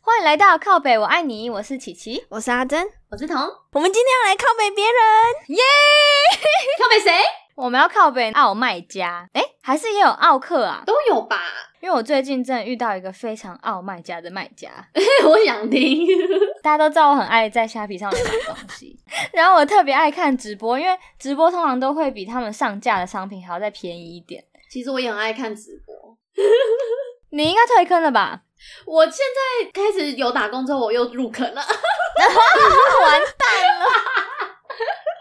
欢迎来到靠北，我爱你，我是琪琪，我是阿珍，我是彤，靠我们今天要来靠北别人， 北谁我们要靠北奥麦家，诶，还是也有奥克啊？都有吧？因为我最近真的遇到一个非常傲卖家的卖家， 我想听。大家都知道我很爱在虾皮上面买东 西，然后我特别爱看直播，因为直播通常都会比他们上架的商品还要再便宜一点。其实我也很爱看直播。你应该退坑了吧？我现在开始有打工之后，我又入坑了。完蛋了。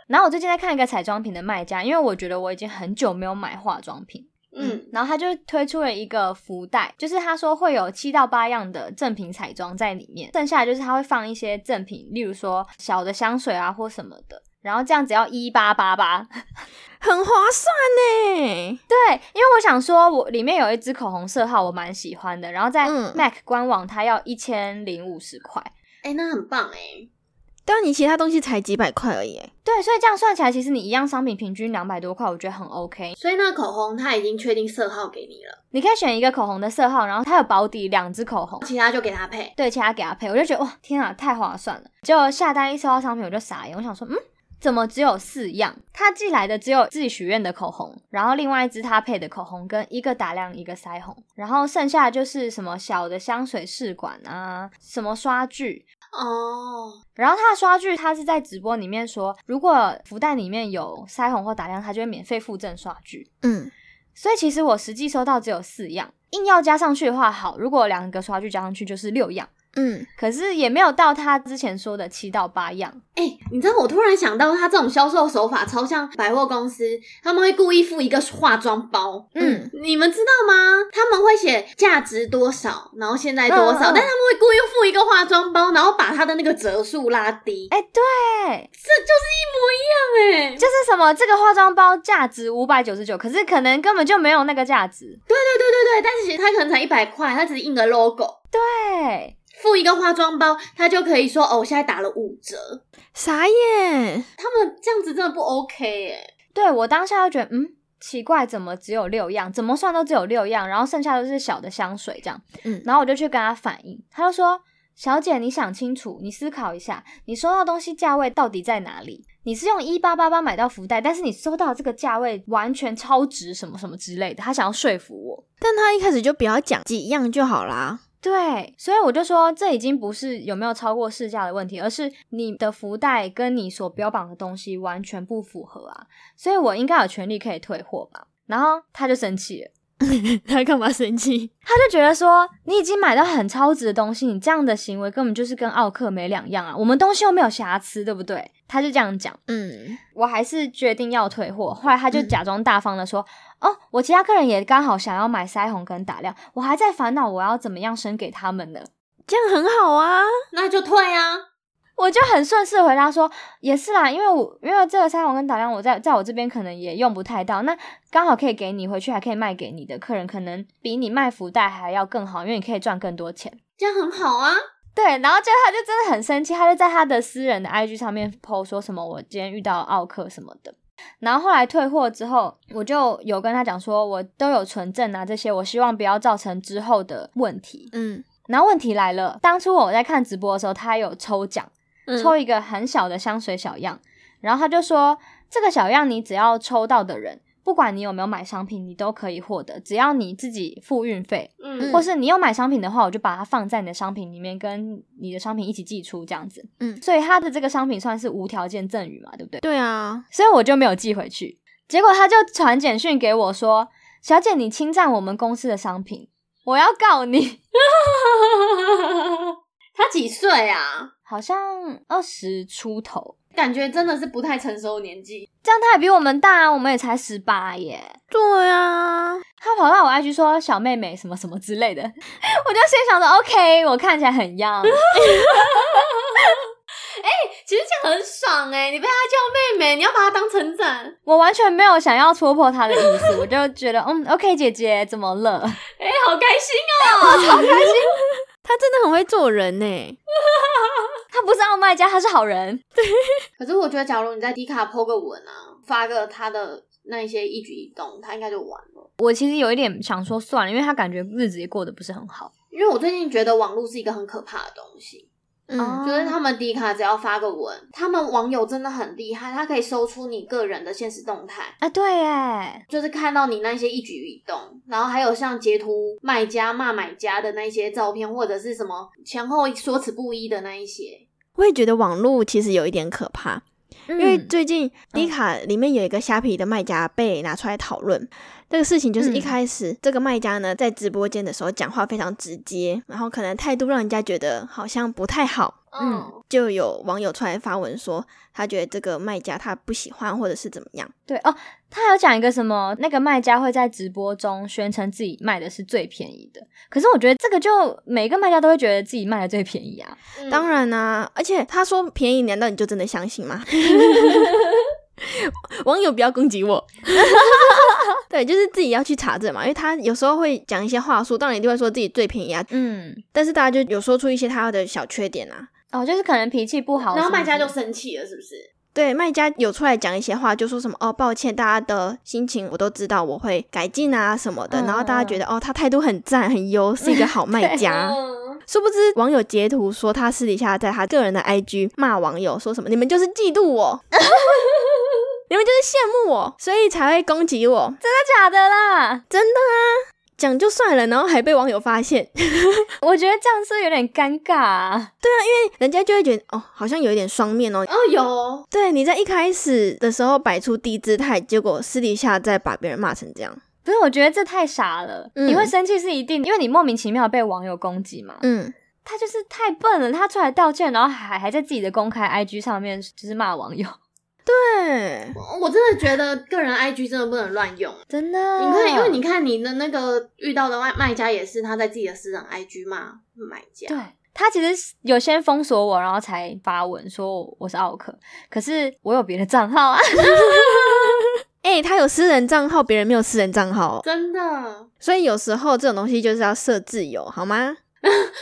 然后我最近在看一个彩妆品的卖家，因为我觉得我已经很久没有买化妆品，嗯，然后他就推出了一个福袋，就是他说会有七到八样的正品彩妆在里面，剩下的就是他会放一些正品，例如说小的香水啊或什么的。然后这样只要一八八八， 很划算呢。对，因为我想说，我里面有一支口红色号我蛮喜欢的，然后在嗯 MAC 官网它要一千零五十块，哎、那很棒哎、但你其他东西才几百块而已耶，对，所以这样算起来，其实你一样商品平均两百多块，我觉得很 OK，所以那口红它已经确定色号给你了，你可以选一个口红的色号，然后它有保底两支口红，其他就给他配。对，其他给它配，我就觉得哇，天啊，太划算了！结果下单一收到商品，我就傻眼，我想说，嗯，怎么只有四样？他寄来的只有自己许愿的口红，然后另外一支他配的口红跟一个打亮一个腮红，然后剩下的就是什么小的香水试管啊，什么刷具，哦，然后他的刷具，他是在直播里面说，如果福袋里面有腮红或打亮，他就会免费附赠刷具。嗯，所以其实我实际收到只有四样，硬要加上去的话，好，如果两个刷具加上去就是六样，嗯，可是也没有到他之前说的七到八样。哎、你知道我突然想到，他这种销售手法超像百货公司，他们会故意附一个化妆包。嗯，你们知道吗？他们会写价值多少，然后现在多嗯少，嗯但他们会故意附一个化妆包，然后把它的那个折数拉低，哎，对，一模一样哎、就是什么这个化妆包价值五百九十九，可是可能根本就没有那个价值。对对对对，但是其实它可能才一百块，它只是印个 logo，对，附一个化妆包，它就可以说哦，我现在打了五折。傻眼，他们这样子真的不 OK 哎、对我当下就觉得，嗯。奇怪，怎么只有六样？怎么算都只有六样，然后剩下都是小的香水这样。嗯然后我就去跟他反映，他就说：“小姐，你想清楚，你思考一下，你收到东西价位到底在哪里？你是用一八八八买到福袋，但是你收到这个价位完全超值，什么什么之类的。”他想要说服我，但他一开始就不要讲几样就好啦。对，所以我就说，这已经不是有没有超过市价的问题，而是你的福袋跟你所标榜的东西完全不符合啊，所以我应该有权利可以退货吧？然后他就生气了。 他干嘛生气？他就觉得说，你已经买到很超值的东西，你这样的行为根本就是跟奥克没两样啊！我们东西又没有瑕疵，对不对？他就这样讲，嗯，我还是决定要退货。后来他就假装大方的说：“哦，我其他客人也刚好想要买腮红跟打亮，我还在烦恼我要怎么样生给他们呢。”这样很好啊。那就退啊。我就很顺势回答说，也是啦，因为我因为这个腮红跟打亮，我在在我这边可能也用不太到，那刚好可以给你回去，还可以卖给你的客人，可能比你卖福袋还要更好，因为你可以赚更多钱。这样很好啊，对，然后就他就真的很生气，他就在他的私人的 IG 上面 PO 说什么我今天遇到奥克什么的。然后后来退货之后，我就有跟他讲说，我都有存证啊，这些我希望不要造成之后的问题。嗯，然后问题来了，当初我在看直播的时候，他有抽奖，抽嗯抽一个很小的香水小样，然后他就说，这个小样你只要抽到的人，不管你有没有买商品，你都可以获得，只要你自己付运费。嗯，或是你有买商品的话，我就把它放在你的商品里面，跟你的商品一起寄出这样子。嗯所以他的这个商品算是无条件赠与嘛，对不对？对啊，所以我就没有寄回去。结果他就传简讯给我说：“小姐，你侵占我们公司的商品，我要告你。 他几岁啊？”好像二十出头，感觉真的是不太成熟的年纪。这样他还比我们大、啊，我们也才十八耶。对啊，他跑到我 IG 说小妹妹什么什么之类的， 我就心想着 OK，我看起来很 young，其实这样很爽哎、你被他叫妹妹，你要把她当成长。 我完全没有想要戳破他的意思，我就觉得嗯，OK，姐姐怎么了？ 哎、好开心 哦、他真的很会做人呢、 他不是傲卖家，他是好人。可是我觉得，假如你在迪卡 PO 个文啊，发个他的那一些一举一动，他应该就完了。我其实有一点想说算了，因为他感觉日子也过得不是很好。因为我最近觉得网络是一个很可怕的东西，嗯，哦就是他们迪卡只要发个文，他们网友真的很厉害，他可以搜出你个人的现实动态，啊，对耶，就是看到你那些一举一动，然后还有像截图卖家骂买家的那一些照片，或者是什么前后说辞不一的那一些，我也觉得网络其实有一点可怕，因因为最近嗯迪卡里面有一个虾皮的卖家被拿出来讨论，这个事情就是嗯一开始这个卖家呢在直播间的时候讲话非常直接，然后可能态度让人家觉得好像不太好，嗯就有网友出来发文说他觉得这个卖家他不喜欢或者是怎么样，对哦，他有讲一个什么，那个卖家会在直播中宣称自己卖的是最便宜的，可是我觉得这个就每个卖家都会觉得自己卖的最便宜啊，嗯当然啦、而且他说便宜，难道你就真的相 信吗？网友不要攻击我， 对，就是自己要去查证嘛，因为他有时候会讲一些话术，当然一定会说自己最便宜啊，嗯，但是大家就有说出一些他的小缺点啊。哦，就是可能脾气不好，然后卖家就生气了，是不是？对，卖家有出来讲一些话，就说什么哦，抱歉，大家的心情我都知道，我会改进啊什么的。嗯然后大家觉得哦，他态度很赞，很优，是一个好卖 家。嗯，殊不知网友截图说他私底下在他个人的 IG 骂网友，说什么你们就是嫉妒我， 你们就是羡慕我，所以才会攻击我。真的假的啦，讲就算了，然后还被网友发现， 我觉得这样是不是有点尴尬啊，人家就会觉得哦，好像有一点双面哦，哦有，对，你在一开始的时候摆出低姿态，结果私底下再把别人骂成这样。不是，我觉得这太傻了，嗯你会生气是一定，因为你莫名其妙被网友攻击嘛，嗯，他就是太笨了，他出来道歉，然后还还在自己的公开 IG 上面就是骂网友，对，我真的觉得个人 IG 真的不能乱用。真的，你看，因为你看你的那个遇到的卖卖家也是他在自己的私人 IG 骂买家，对他其实是有先封锁我，然后才发文说我我是奥克，可是我有别的账号啊。哎、他有私人账号，别人没有私人账号哦，真的所以有时候这种东西就是要设自由，好吗？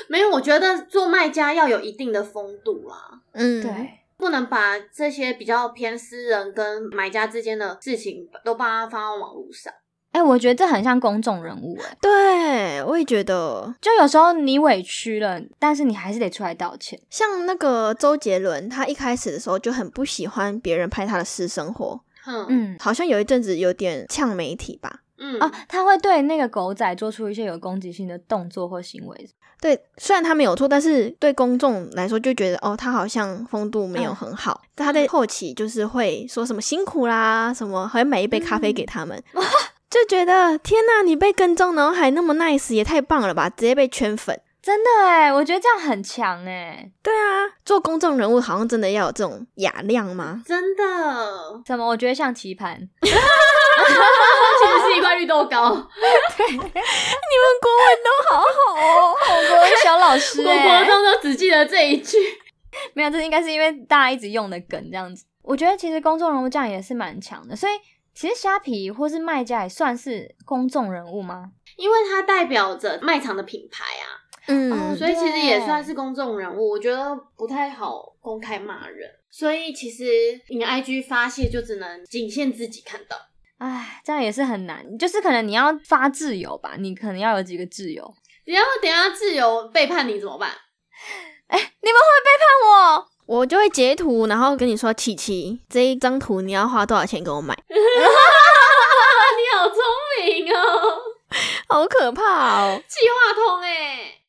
没有。我觉得做卖家要有一定的风度啦，嗯，对，不能把这些比较偏私人跟买家之间的事情都把它放到网络上。哎、我觉得这很像公众人物、哎，对，我也觉得，就有时候你委屈了，但是你还是得出来道歉。像那个周杰伦，他一开始的时候就很不喜欢别人拍他的私生活，哼，嗯嗯，好像有一阵子有点呛媒体吧。嗯哦，他会对那个狗仔做出一些有攻击性的动作或行为，对，虽然他没有错，但是对公众来说就觉得哦，他好像风度没有嗯很好。但他在后期就是会说什么辛苦啦，什么还买一杯咖啡给他们，就觉得天呐，你被跟踪，然后还那么 nice，也太棒了吧！直接被圈粉。真的哎、我觉得这样很强哎、对啊，做公众人物好像真的要有这种雅量吗？真 的，怎么？我觉得像棋盘，其实是一块绿豆糕。好哦，我国小老师、我哎国中都只记得这一句。 没有，这应该是因为大家一直用的梗这样子。我觉得其实公众人物这样也是蛮强的，所以其实虾皮或是卖家也算是公众人物吗？因为它代表着卖场的品牌啊，嗯，所以其实也对算是公众人物，我觉得不太好公开骂人，所以其实你的 IG 发泄就只能仅限自己看到。唉，这样也是很难，就是可能你要发自由吧，你可能要有几个自由。你要等一下自由背叛你怎么办？哎、你们会背叛我？我就会截图，然后跟你说，琪琪这一张图你要花多少钱给我买？啊，你好聪明哦，好可怕哦！ 计划通哎、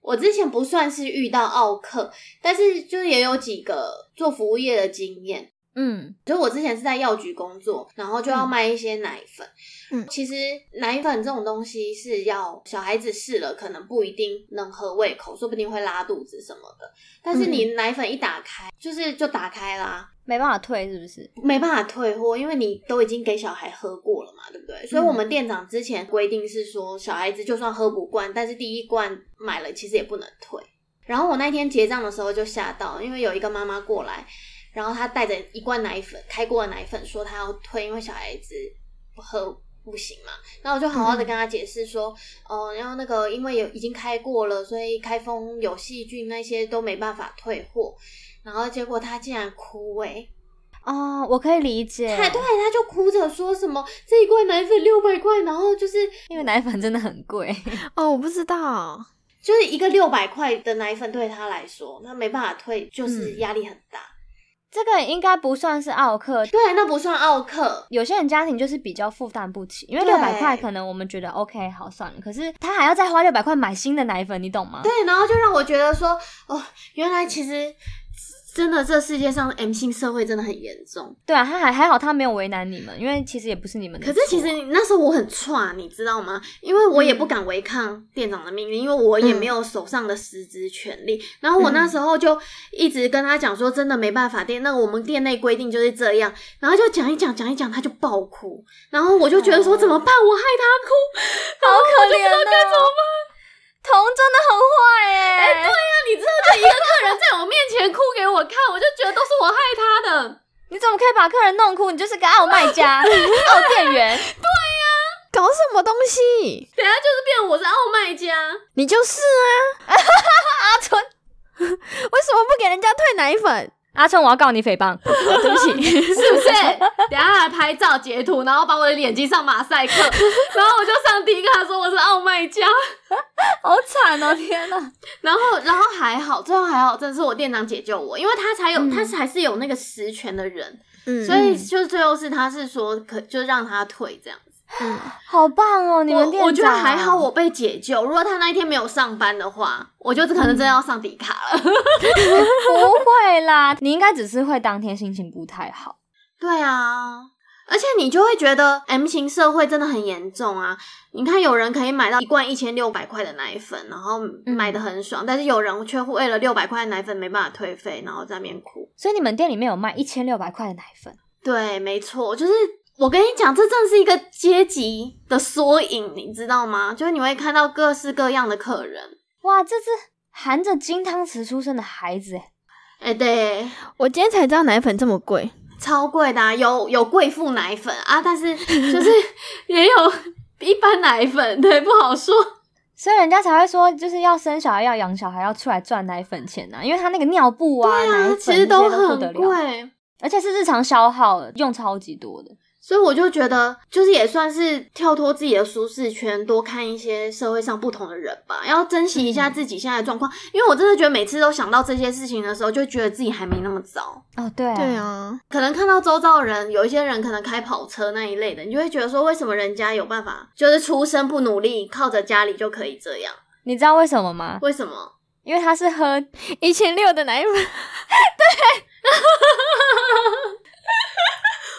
我之前不算是遇到奥客，但是就是也有几个做服务业的经验，嗯，就是我之前是在药局工作，然后就要卖一些奶粉。嗯其实奶粉这种东西是要小孩子试了，可能不一定能合胃口，说不定会拉肚子什么的。但是你奶粉一打开，就是就打开啦，没办法退是不是？没办法退货，因为你都已经给小孩喝过了嘛，对不对？所以我们店长之前规定是说，小孩子就算喝不惯，但是第一罐买了其实也不能退。然后我那天结账的时候就吓到，因为有一个妈妈过来，然后她带着一罐奶粉，开过的奶粉，说她要退，因为小孩子不喝不行嘛。然后我就好好的跟她解释说，哦、然后那个因为有已经开过了，所以开封有细菌那些都没办法退货。然后结果她竟然哭诶、欸啊、我可以理解，他对，他就哭着说什么这一罐奶粉六百块，然后就是因为奶粉真的很贵。 哦，我不知道，就是一个六百块的奶粉对他来说，他没办法退，就是嗯压力很大。这个应该不算是奥克，对，那不算奥克，有些人家庭就是比较负担不起，因为对六百块可能我们觉得 OK 好算了，可是他还要再花六百块买新的奶粉，你懂吗？对，然后就让我觉得说，哦，原来其实真的这世界上 M 性社会真的很严重。对啊，他还还好，他没有为难你们，因为其实也不是你们的可错。是其实那时候我很差，你知道吗？因为我也不敢违抗店长的命令，因为我也没有手上的实职权利。然后我那时候就一直跟他讲说，真的没办法，店那个我们店内规定就是这样。然后就讲一讲讲一讲，他就爆哭。然后我就觉得说哦怎么办？我害他哭。好可怜哦，该怎么办？童真的很坏哎、对呀、你知道， 就一个客人在我面前哭给我看，我就觉得都是我害他的。你怎么可以把客人弄哭？你就是个傲卖 家、傲店员。搞什么东西？等一下就是变我是傲卖家，你就是 啊，阿春， 为什么不给人家退奶粉？阿春，我要告你诽谤。 哦对不 起，是不是？等一下还拍照截图，然后把我的脸贴上马赛克，然后我就上第一个，他说我是傲卖家，好惨哦！天哪，然后然后还好，最后还好，真的是我店长解救我，因为他才有、嗯他才是有那个实权的人，嗯，所以就是最后是他是说可就让他退这样。嗯好棒哦！你们店我我觉得长还好，我被解救。如果他那一天没有上班的话，我就可能真的要上底卡 了。不会啦。你应该只是会当天心情不太好。对啊，而且你就会觉得 M 型社会真的很严重啊！你看，有人可以买到一罐一千六百块的奶粉，然后嗯买的很爽，但是有人却为了六百块的奶粉没办法退费，然后在那边哭。所以你们店里面有卖一千六百块的奶粉，对，没错，就是我跟你讲，这正是一个阶级的缩影，你知道吗？就是你会看到各式各样的客人。哇！这是含着金汤匙出生的孩子哎，哎、对，我今天才知道奶粉这么贵，超贵的、啊，有有贵妇奶粉啊，但是就是 也有一般奶粉，对，不好说。所以人家才会说，就是要生小孩、要养小孩、要出来赚奶粉钱啊呐、因为他那个尿布啊、对奶啊粉，其实这些都不得很了，贵，而且是日常消耗的，用超级多的。所以我就觉得，就是也算是跳脱自己的舒适圈，多看一些社会上不同的人吧，要珍惜一嗯下自己现在的状况。因为我真的觉得每次都想到这些事情的时候，就觉得自己还没那么糟。哦，对啊，对啊，可能看到周遭的人，有一些人可能开跑车那一类的，你就会觉得说，为什么人家有办法，就是出生不努力，靠着家里就可以这样？你知道为什么吗？为什么？因为他是喝一千六的奶粉，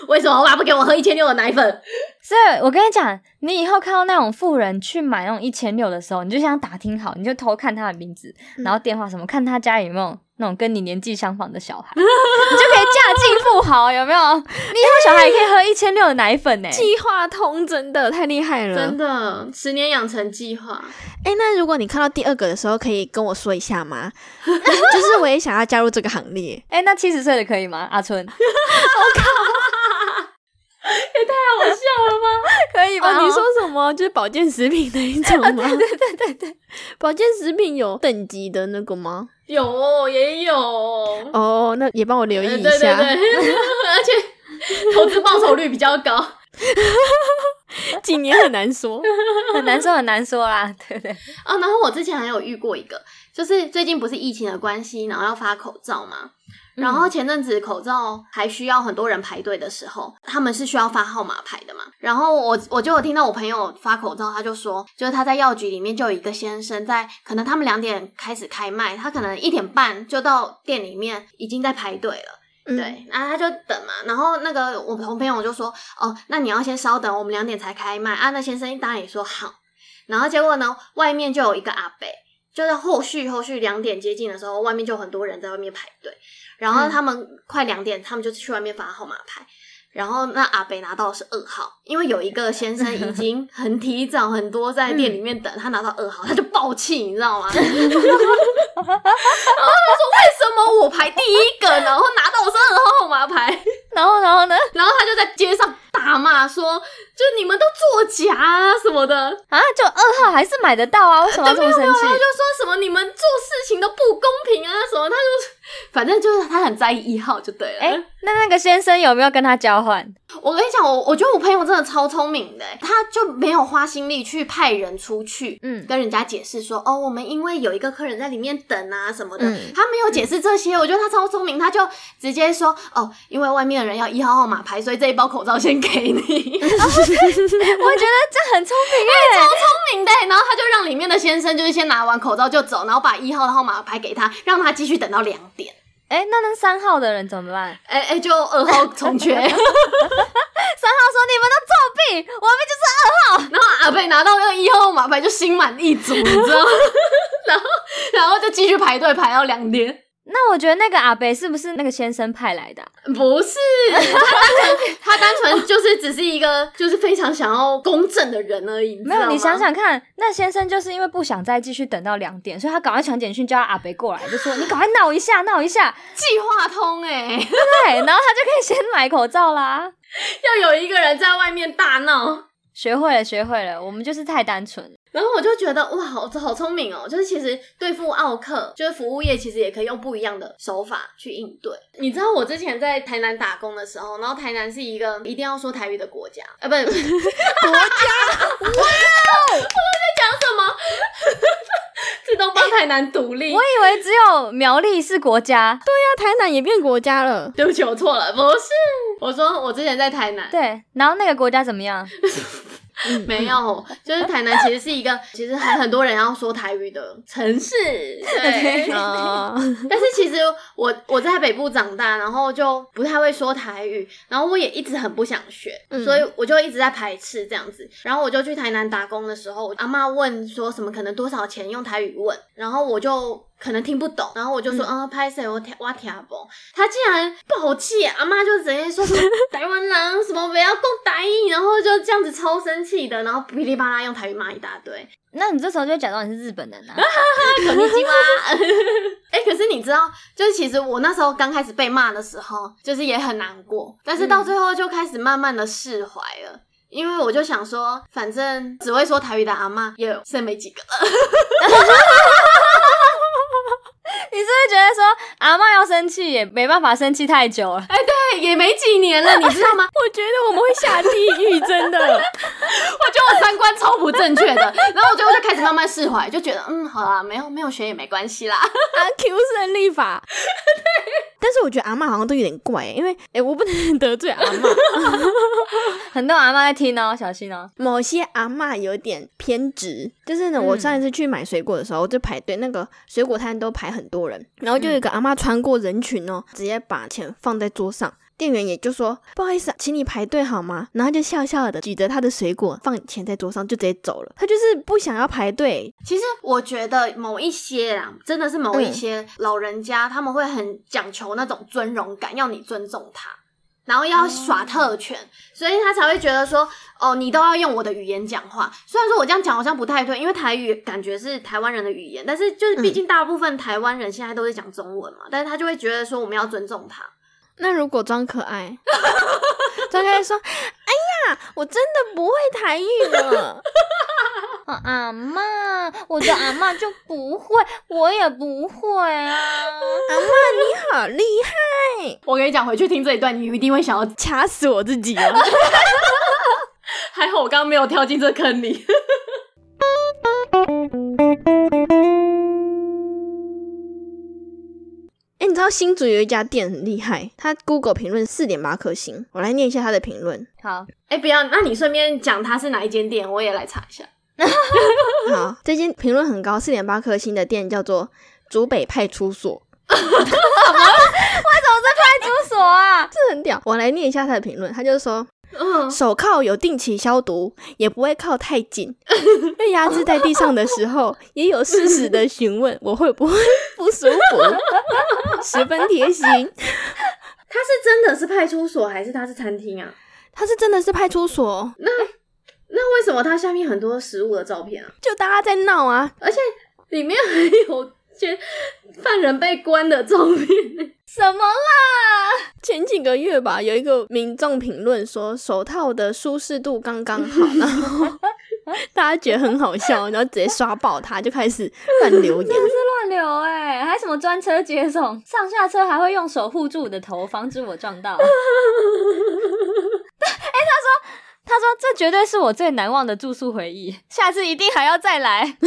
为什么我爸不给我喝一千六的奶粉？所以我跟你讲，你以后看到那种富人去买那种一千六的时候，你就想打听好，你就偷看他的名字，嗯然后电话什么，看他家有没有那种跟你年纪相仿的小孩， 你就可以嫁进富豪，有没有？你以后小孩也可以喝一千六的奶粉 呢、计划通真的太厉害了，真的，十年养成计划。哎、那如果你看到第二个的时候，可以跟我说一下 吗？就是我也想要加入这个行列。哎、那七十岁的可以吗？阿 春，太好笑了吗？可以哦，你你说说什么？ 就是保健食品那一种吗？啊对 对对对对，保健食品有等级的那个吗？有哦，也有哦。哦，那也帮我留意嗯一下。对对 对，而且投资报酬率比较高。几年很难 说。很难说，很难说啦， 对不对？哦，然后我之前还有遇过一个，就是最近不是疫情的关系，然后要发口罩嘛。然后前阵子口罩还需要很多人排队的时候，他们是需要发号码牌的嘛。然后我我就有听到我朋友发口罩，他就说，就是他在药局里面就有一个先生在，可能他们两点开始开卖，他可能一点半就到店里面已经在排队了。嗯，对，那他就等嘛。然后那个我同朋友就说：“哦，那你要先稍等，我们两点才开卖。”啊，那先生当然也说好。然后结果呢，外面就有一个阿伯，就是后续后续两点接近的时候，外面就有很多人在外面排队。然后他们快两点，他们就去外面发号码牌。然后那阿北拿到的是二号，因为有一个先生已经很提早很多在店里面等，他拿到二号，他就爆气，你知道吗？然后他 就说为什么我排第一个，然后拿到我是二号号码牌，然后，然后呢？然后他就在街上大骂说，就你们都作假啊什么的，啊，就二号还 是买得到啊，为什么要这么生气？他就说什么你们做事情都不公平啊什么，他就反正就是他很在意一号就对了。哎、那那个先生有没有跟他交换？我跟你讲，我我觉得我朋友真的超聪明的，他就没有花心力去派人出去。嗯，跟人家解释说，哦，我们因为有一个客人在里面等啊什么的，嗯他没有解释这些，我觉得他超聪明，他就直接说，哦，因为外面的人要一号号码牌，所以这一包口罩先给你，然 后我觉得这很聪明耶。聪明的，然后他就让里面的先生就是先拿完口罩就走，然后把一号的号码牌给他，让他继续等到两点，哎、那那三号的人怎么办？哎、哎、就二号重缺， 然三号说你们都作弊，我们就是后阿贝拿到那个一号号码牌就心满意足，你知道吗？ 然后然后就继续排队排到两点。那我觉得那个阿北是不是那个先生派来的啊、不是，他单纯他单纯就是只是一个就是非常想要公正的人而已。没有，你知道想吗，想看，那先生就是因为不想再继续等到两点，所以他赶快传简讯叫他阿北过来，就说 你赶快闹一下，闹一下，计划通哎、 对，然后他就可以先买口罩啦。 要有一个人在外面大闹。学会了，学会了，我们就是太单纯了。然后我就觉得哇，好好聪明哦！就是其实对付奥客，就是服务业，其实也可以用不一样的手法去应对。你知道我之前在台南打工的时候，然后台南是一个一定要说台语的国家，啊，不 是国家，哇！我都在 讲什么？ 自动帮台南独立我。以为只有苗栗是国家，那台南也变国家了， 对不起，我错了，不是。我说我之前在台南，对，然后那个国家怎么样？没有，就是台南其实是一个，其实还很多人要说台语的城 市，对。 啊、 但是其实我我在北部长大，然后就不太会说台语，然后我也一直很不想学，嗯所以我就一直在排斥这样子。然后我就去台南打工的时候，我阿妈问说什么可能多少钱，用台语问，然后我就。可能听不懂，然后我就说，嗯，拍、谁我听我听不懂。他竟然爆气，阿妈就直接说什么台湾人什么不要讲台语，然后就这样子超生气的，然后噼里啪啦用台语骂一大堆。那你这时候就会假装你是日本人啊？可尼基吗？ 哎、可是你知道，就是其实我那时候刚开始被骂的时候，就是也很难过，但是到最后就开始慢慢的释怀了。因为我就想说，反正只会说台语的阿嬷也剩没几个了，你是不是觉得说阿嬷要生气也没办法生气太久了？对，哎也没几年了，你知道吗？ 我觉得我们会下地狱，真 的。啊我觉得我三观超不正确的，然后我最后就开始慢慢释怀，就觉得嗯，好啦，没有没有学也没关系啦。阿 Q 胜利 法。但是我觉得阿嬷好像都有点怪、因为哎、我不能得罪阿嬷。很多阿嬷在听哦，小心哦。某些阿嬷有点偏执，就是呢，嗯我上一次去买水果的时候，就排队那个水果摊都排很多人，然后就有一个阿嬷穿过人群哦，直接把钱放在桌上。店员也就说不好意思，请你排队好吗？然后就笑笑的举着他的水果放钱在桌上，就直接走了。他就是不想要排队，其实我觉得某一些啦，真的是某一些老人家，他们会很讲求那种尊荣感，要你尊重他，然后要耍特权，所以他才会觉得说，哦，你都要用我的语言讲话。虽然说我这样讲好像不太对，因为台语感觉是台湾人的语言，但是就是毕竟大部分台湾人现在都是讲中文嘛，但是他就会觉得说我们要尊重他。那如果装可爱， 装可爱说：“哎呀，我真的不会台语了。 啊、阿嬷，我的阿嬷就不会，我也不会啊。阿哎嬷你好厉害，我跟你讲，回去听这一段，你一定会想要，掐死我自己了。 还好我刚刚没有跳进这坑里。哎、你知道新竹有一家店很厉害，它 Google 评论四点八颗星，我来念一下它的评论。 好， 哎、不要，那你顺便讲他是哪一间店，我也来查一下。好，这间评论很高，四点八颗星的店叫做竹北派出所，派出所啊，这很屌。我来念一下它的评论，它就说嗯，手铐有定期消毒，也不会靠太紧。被压制在地上的时候，也有适时的询问我会不会不舒服，十分贴心。 他是真的是派出所还是他是餐厅啊？他是真的是派出所，哦那为什么它下面很多食物的照片啊？就大家在闹啊，而且里面还有些犯人被关的照片。什么啦？前几个月 吧，有一个民众评论说手套的舒适度刚刚好，然后大家觉得很好笑，然后直接刷爆他，就开始乱留 言。乱流哎、还什么专车接送，上下车还会用手护住我的头，防止我撞 到。哎、他说，他说这绝对是我最难忘的住宿回忆，下次一定还要再来。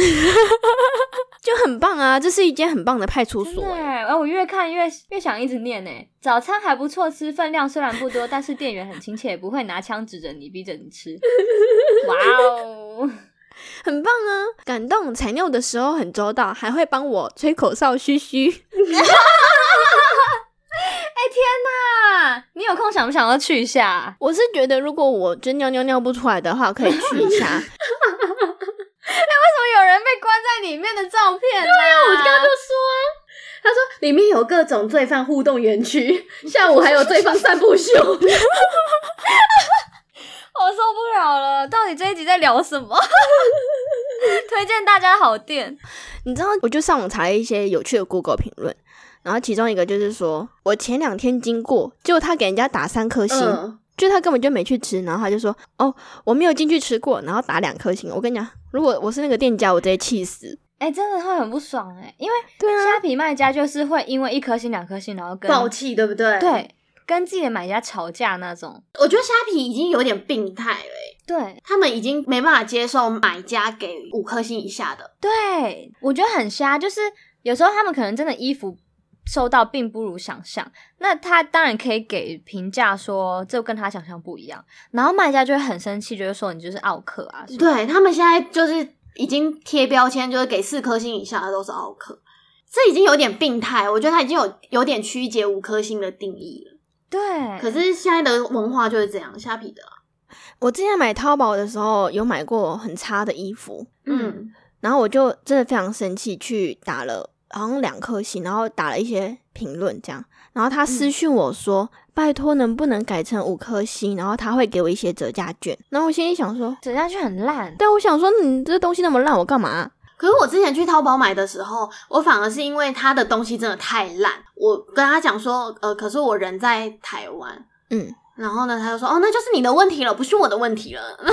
就很棒啊，这是一间很棒的派出所对，欸。哎、我越看越越想一直念哎、早餐还不错吃，分量虽然不多，但是店员很亲切，不会拿枪指着你，逼着你吃。哇哦！ 很棒啊！感动采尿的时候很周到，还会帮我吹口哨嘘嘘。啊，你有空想不想要去一下啊？ 我是觉得，如果我真尿尿尿不出来的话，可以去一下。 怎么有人被关在里面的照片、对啊，我刚刚就说啊，他说里面有各种罪犯互动园区，下午还有罪犯散步秀。我受不了了，到底这一集在聊什么？ 推荐大家好店，你知道，我就上网查了一些有趣的 Google 评论，然后其中一个就是说，我前两天经过，结果他给人家打三颗星，嗯，就他根本就没去吃，然后他就说，哦，我没有进去吃过，然后打两颗星。我跟你讲，如果我是那个店家，我直接气死。哎、真的会很不爽哎、因为对虾皮卖家就是会因为一颗星、两颗星，然后跟暴气对不对？，对跟自己的买家吵架那种。我觉得虾皮已经有点病态了欸、对他们已经没办法接受买家给五颗星以下的。对，我觉得很瞎，就是有时候他们可能真的衣服收到并不如想象，那他当然可以给评价说这跟他想象不一样，然后卖家就会很生气，就会说你就是奥克啊什么的对他们现在就是已经贴标签，就是给四颗星以下的都是奥克，这已经有点病态。我觉得他已经有有点曲解五颗星的定义了。对，可是现在的文化就是这样，虾皮的啊。我之前买淘宝的时候，有买过很差的衣服，嗯，然后我就真的非常生气，去打了好像两颗星，然后打了一些评论这样。然后他私讯我说：“拜托，能不能改成五颗星？”然后他会给我一些折价券。然后我心里想说整下去很烂：“。但我想说，你这东西那么烂，我干嘛？可是我之前去淘宝买的时候，我反而是因为他的东西真的太烂，我跟他讲说，呃，可是我人在台湾，嗯，然后呢，他就说，哦，那就是你的问题了，不是我的问题了。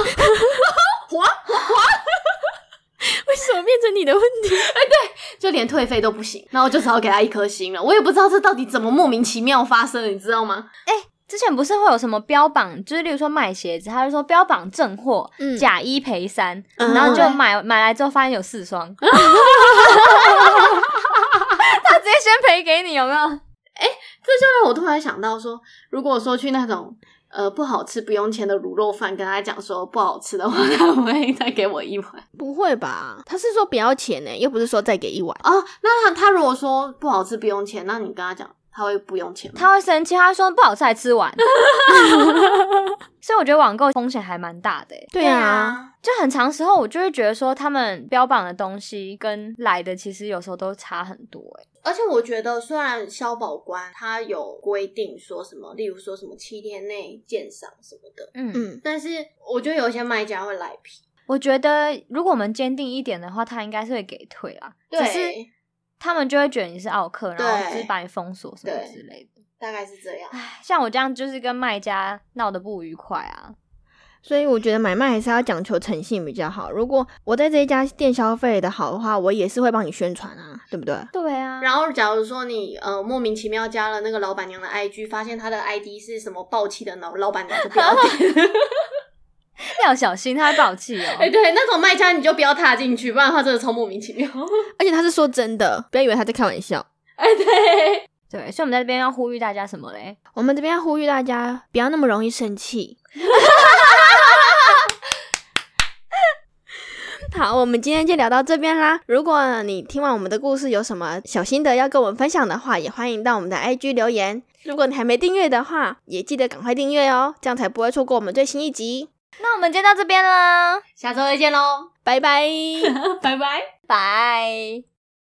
为什么变成你的问题？就连退费都不行，然后我就只好给他一颗星了。我也不知道这到底怎么莫名其妙发生的，你知道吗？之前不是会有什么标榜，就是例如说卖鞋子，他就说标榜正货，嗯假一赔三，嗯然后就买买来之后发现有四 双， 他直接先赔给你，有没有？这就让我突然想到说，如果说去那种呃不好吃不用钱的卤肉饭，跟他讲说不好吃的话， 他会再给我一碗不会吧？他是说不要钱呢、又不是说再给一碗。哦。那他他如果说不好吃不用钱，那你跟他讲他会不用钱吗？他会生气，他会说不好吃还吃完。 所以我觉得网购风险还蛮大的、欸，对啊，，就很长时候我就会觉得说他们标榜的东西跟来的其实有时候都差很多、欸，而且我觉得，虽然消保官他有规定说什么，例如说什么七天内鉴赏什么的，嗯嗯，但是我觉得有一些卖家会来皮，我觉得如果我们坚定一点的话，他应该是会给退啦。对只是他们就会觉得你是奥克，然后对就是把你封锁什么对之类的。大概是这样。唉，像我这样就是跟卖家闹得不愉快啊。所以我觉得买卖还是要讲求诚信比较好。如果我在这一家店消费的好的话，我也是会帮你宣传啊，对不对？对啊，然后，假如说你呃莫名其妙加了那个老板娘的 IG，发现她的 ID 是什么暴气的老老板娘，就不要点。要小心，他会暴气哦。哎、对，那种卖家你就不要踏进去，不然他真的超莫名其妙。而且他是说真的，不要以为他在开玩笑。哎、对，对，所以我们在这边要呼吁大家什么嘞？我们这边要呼吁大家不要那么容易生气。 好，我们今天就聊到这边啦。如果你听完我们的故事有什么小心得要跟我们分享的话，也欢迎到我们的 IG 留言。如果你还没订阅的话，也记得赶快订阅哦，这样才不会错过我们最新一集。那我们今天到这边啦，下周再见喽，拜拜。拜拜。拜。